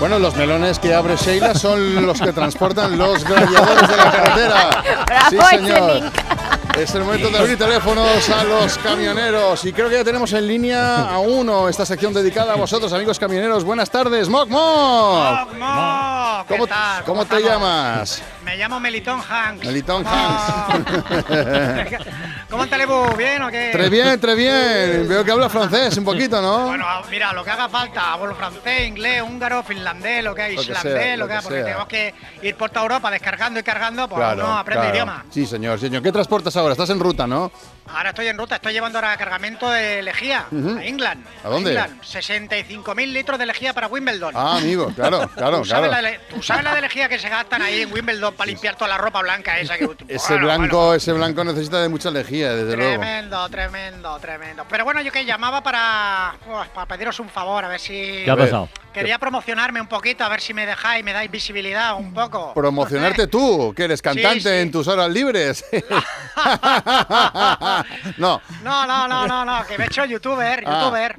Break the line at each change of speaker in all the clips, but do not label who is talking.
Bueno, los melones que abre Sheila son los que transportan los gladiadores de la carretera.
Bravo,
sí,
ese
señor.
link.
Es el momento de abrir teléfonos a los camioneros. Y creo que ya tenemos en línea a uno esta sección dedicada a vosotros, amigos camioneros. Buenas tardes, Moc Moc.
Moc, Moc, ¿qué
¿Cómo,
tal?
cómo te
estamos?
llamas?
Me llamo Melitón Hanks.
Melitón
Oh.
Hanks.
¿Cómo estás, Lebu? ¿Bien o qué?
Tres bien, tres bien. Veo que habla francés un poquito, ¿no?
Bueno, a- mira, lo que haga falta, hablo francés, inglés, húngaro, finlandés, lo que hay,
Lo que
islandés,
sea,
lo
lo
que
que
hay, porque
sea.
tenemos que ir por toda Europa descargando y cargando, pues uno aprende
claro.
idioma.
Sí, señor, sí, señor. ¿Qué transportas ahora? Estás en ruta, ¿no?
Ahora estoy en ruta, estoy llevando ahora cargamento de lejía
Ujú.
a England.
¿A dónde?
England, 65.000 litros de lejía para Wimbledon.
Ah, amigo, claro, claro,
¿Tú sabes,
claro.
la de, ¿Tú sabes la de lejía que se gastan ahí en Wimbledon para limpiar toda la ropa blanca esa que
Ese
Bueno,
blanco,
bueno.
ese blanco necesita de mucha lejía, desde luego.
Tremendo, tremendo, tremendo. Pero bueno, yo que llamaba para, pues, para pediros un favor, a ver si...
¿Qué ha
ver.
pasado?
Quería promocionarme un poquito, a ver si me dejáis, me dais visibilidad un poco.
Promocionarte tú, que eres cantante
sí.
en tus horas libres. no.
No, no, no, no, no, que me he hecho youtuber,
Ah.
youtuber.
Ah,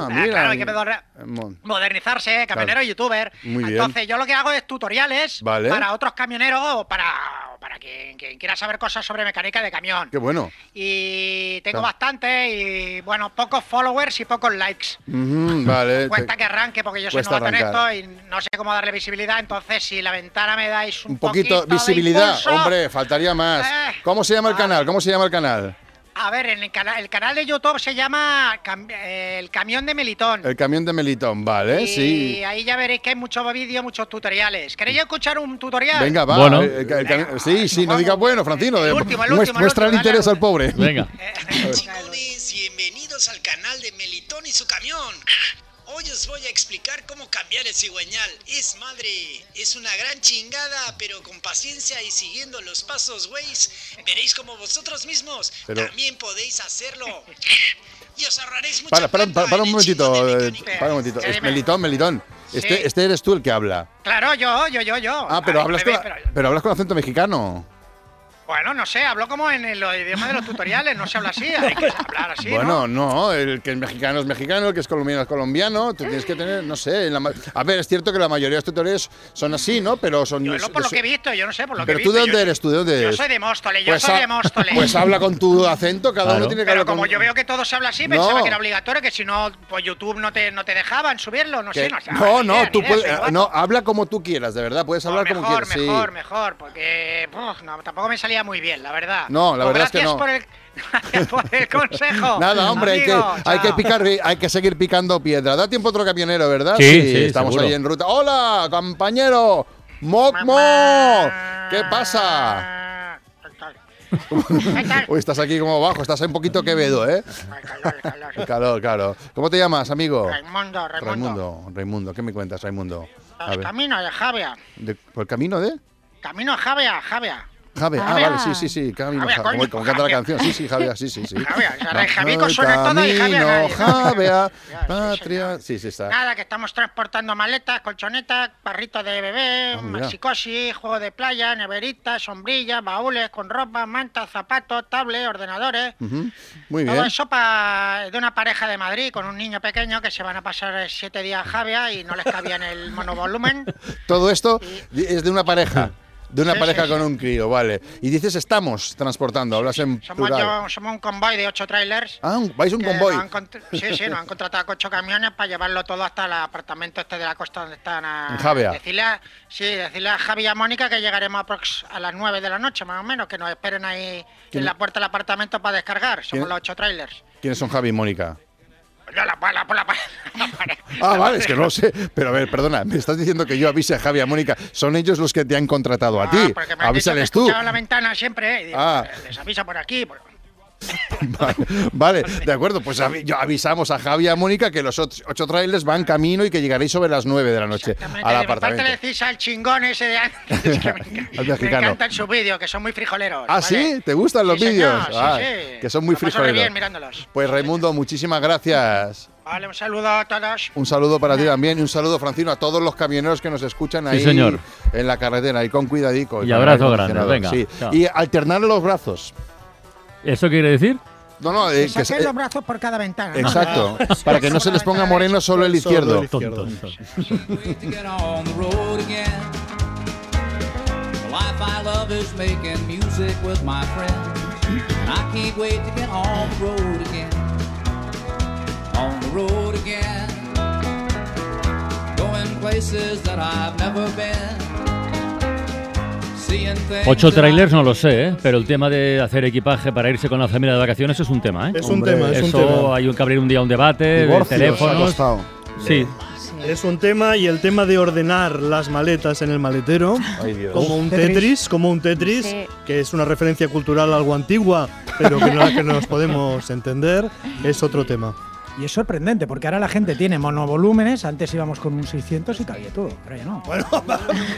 Ah,
mira. Mm,
claro, hay que moder-
Mon-
modernizarse, ¿eh? camionero
Claro.
y youtuber.
Muy bien.
Entonces, yo lo que hago es tutoriales
Vale.
para otros camioneros o para, o para quien, quien quiera saber cosas sobre mecánica de camión.
Qué Ah. bueno.
Y tengo
Claro.
bastante y, bueno, pocos followers y pocos likes.
Ujú, Mm-hmm, vale.
Cuesta
te-
que arranque porque yo soy
Cuesta
novato en esto
arrancar.
y no sé cómo darle visibilidad. Entonces, si la ventana me dais un,
Un poquito,
de
visibilidad,
impulso-
hombre, faltaría más.
Eh,
¿Cómo se llama el
vale.
canal? ¿Cómo se llama el canal?
A ver, en el, cana- el canal de YouTube se llama Cam- eh, El Camión de Melitón.
El camión de Melitón, vale,
y
Eh, sí.
ahí ya veréis que hay muchos vídeos, muchos tutoriales. ¿Queréis escuchar un tutorial?
Venga, va.
Bueno.
eh, el- el cami-
Venga,
sí, sí, no
vamos.
digas bueno, Francino.
El
de-
último, el
muest-
último, el
muestra el
último,
interés
dale.
al pobre.
Venga.
Eh,
Chicos, bienvenidos al canal de Melitón y su camión. Hoy os voy a explicar cómo cambiar el cigüeñal. Es madre, es una gran chingada, pero con paciencia y siguiendo los pasos, güeyes, veréis como vosotros mismos
Pero-
también podéis hacerlo. Y os ahorraréis mucha
Para, para,
plata
para, para un
en el chingón de
momentito, eh,
mecánica.
para un momentito. Es
Dime.
Melitón, Melitón. Este, este eres tú el que habla.
claro, yo, yo, yo, yo.
Ah, pero
Ay,
hablas con,
bebé,
la-
pero-
pero hablas con acento mexicano.
Bueno, no sé, hablo como en el idioma de los tutoriales, no se habla así, hay que hablar así, ¿no?
bueno, no, el que es mexicano es mexicano, el que es colombiano es colombiano. Tú tienes que tener, no sé. la ma- a ver, es cierto que la mayoría de los tutores son así, ¿no? Pero son.
Yo lo- por lo
es-
que he visto, yo no sé, por lo que he
pero
visto.
tú de
yo-
dónde eres, tú de dónde
Yo
eres.
soy de Móstoles, yo
Pues
soy
ha-
de Móstoles.
Pues habla con tu acento, cada uno
Claro.
tiene que
Pero
hablar
como
con-
yo veo pues que todo se habla así,
No.
pensaba que era obligatorio, que si no, pues YouTube no te, no te dejaban subirlo, no
que-
sé, no sé.
no,
ni
no,
idea, ni
tú
idea,
puedes, eh,
soy guapo.
no, habla como tú quieras, de verdad, puedes
Pues
hablar como
mejor,
quieras, sí.
mejor, mejor, porque puf, no, tampoco me salía muy bien, la verdad.
No, la
Pues
verdad es que
gracias
no.
Por el, gracias por el consejo.
Nada, hombre, hay que,
amigo,
hay que
chao.
picar, hay que seguir picando piedra. Da tiempo otro camionero, ¿verdad?
Sí, sí,
estamos
seguro.
ahí en ruta. ¡Hola, compañero! ¡Mocmo! ¿Qué pasa?
¿Qué tal? ¿Qué tal?
Uy, estás aquí como bajo, estás un poquito quevedo, ¿eh?
Ay, calor, calor.
El calor, claro. ¿Cómo te llamas, amigo?
Raimundo, Raimundo.
Raimundo, Raimundo, ¿qué me cuentas, Raimundo? A
El
ver,
camino de Javia.
de- ¿por el camino de?
Camino a Javia, Javia.
Javi, ah,
Javier.
vale, sí, sí, sí, camino,
Javier,
Ja-
coño,
como, como canta la
Javier.
canción, sí, sí, Javier, sí, sí, sí.
Javier, o sea,
No,
Javico
no,
suena todo y Javier
camino,
nadie, ¿no?
Javier,
Ya, sí,
patria,
señor.
sí, sí, está.
Nada, que estamos transportando maletas, colchonetas, barritos de bebé,
Ah, mira.
maxicosis, juegos de playa, neveritas, sombrillas, baúles con ropa, mantas, zapatos, tablets, ordenadores.
Ujú, Muy
Todo
bien.
eso pa- de una pareja de Madrid con un niño pequeño que se van a pasar eh, siete días a Javia y no les cabía en el monovolumen.
Todo esto es de una pareja. De una
Sí,
pareja
sí,
con
sí.
un crío, vale. Y dices estamos transportando, hablas en
Somos,
plural.
yo- somos un convoy de ocho trailers.
Ah, un- vais un
que
convoy.
nos han contr- sí, sí, nos han contratado con ocho camiones para llevarlo todo hasta el apartamento este de la costa donde están a...
En Javea.
Decirle a, sí, decirle a Javi y a Mónica que llegaremos aprox a las 9 de la noche, más o menos, que nos esperen ahí
¿Quién-
en la puerta del apartamento para descargar. Somos
¿Quién-
los ocho trailers.
¿Quiénes son Javi y Mónica?
No, la, la, la, la- la-
Ah, vale, es que no sé. Pero a ver, perdona, me estás diciendo que yo avise a Javi y a Mónica. Son ellos los que te han contratado a
Ah,
ti.
porque me han dicho que
Avísales tú.
escuchaba la ventana siempre eh, y digo,
Ah.
les avisa por aquí. pues, por-
Vale, vale, de acuerdo. Pues avi- yo- avisamos a Javi y a Mónica que los ocho, ocho trailers van camino y que llegaréis sobre las nueve de la noche
Exactamente,
al
de mi parte le
apartamento.
decís al chingón ese de antes. que me, enca-
Al
me
mexicano.
encantan sus vídeos, que son muy frijoleros.
¿Ah,
¿vale?
sí? ¿Te gustan los
Sí,
vídeos?
señor, sí,
Ah,
sí.
Que son muy
Lo paso re
frijoleros.
bien mirándolos.
Pues Raimundo, muchísimas gracias.
Vale, un saludo a todos.
Un saludo para ti también y un saludo, Francino, a todos los camioneros que nos escuchan ahí
señor.
en la carretera y con cuidadico.
Y
con
abrazo
el
grande,
acondicionador,
venga,
sí.
chao.
Y alternar los brazos.
¿Eso quiere decir?
No, no, eh, que Eh,
que
es-
saquen
eh,
los brazos por cada ventana. ¿no?
exacto. Para que no se les ponga moreno solo el
Solo
izquierdo.
el izquierdo.
Tontos.
wait to get on the road again. The life I love is making music with my friends, and I can't wait to get on the road again. On the road again, going places that I've never been. Seeing things
Ocho
that I
trailers no lo sé, ¿eh? pero el tema de hacer equipaje para irse con la familia de vacaciones es un tema. ¿eh?
Es un
Hombre,
tema, es un
Eso
tema.
hay un- que abrir un día un debate
Divorcios
de
ha
teléfonos.
costado.
Sí,
Es un tema y el tema de ordenar las maletas en el maletero.
Ay, Dios.
Como un Tetris, como un Tetris,
Sí.
que es una referencia cultural algo antigua, pero que no, que no nos podemos entender, es otro tema.
Y es sorprendente porque ahora la gente tiene monovolúmenes. Antes íbamos con un 600 y cabía todo. Ahora ya no.
Bueno,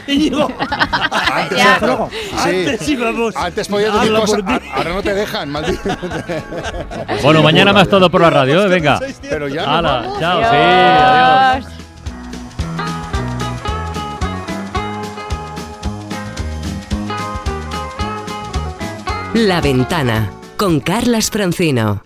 Íñigo,
Antes,
Ya.
era-
Luego.
antes íbamos.
Antes podías decir
Habla
cosas.
por ti.
a- Ahora no te dejan, maldito.
bueno, mañana más todo por la radio, ¿eh? venga.
Pero ya. no
Hala,
vamos.
chao, sí, adiós.
La Ventana con Carlas Francino.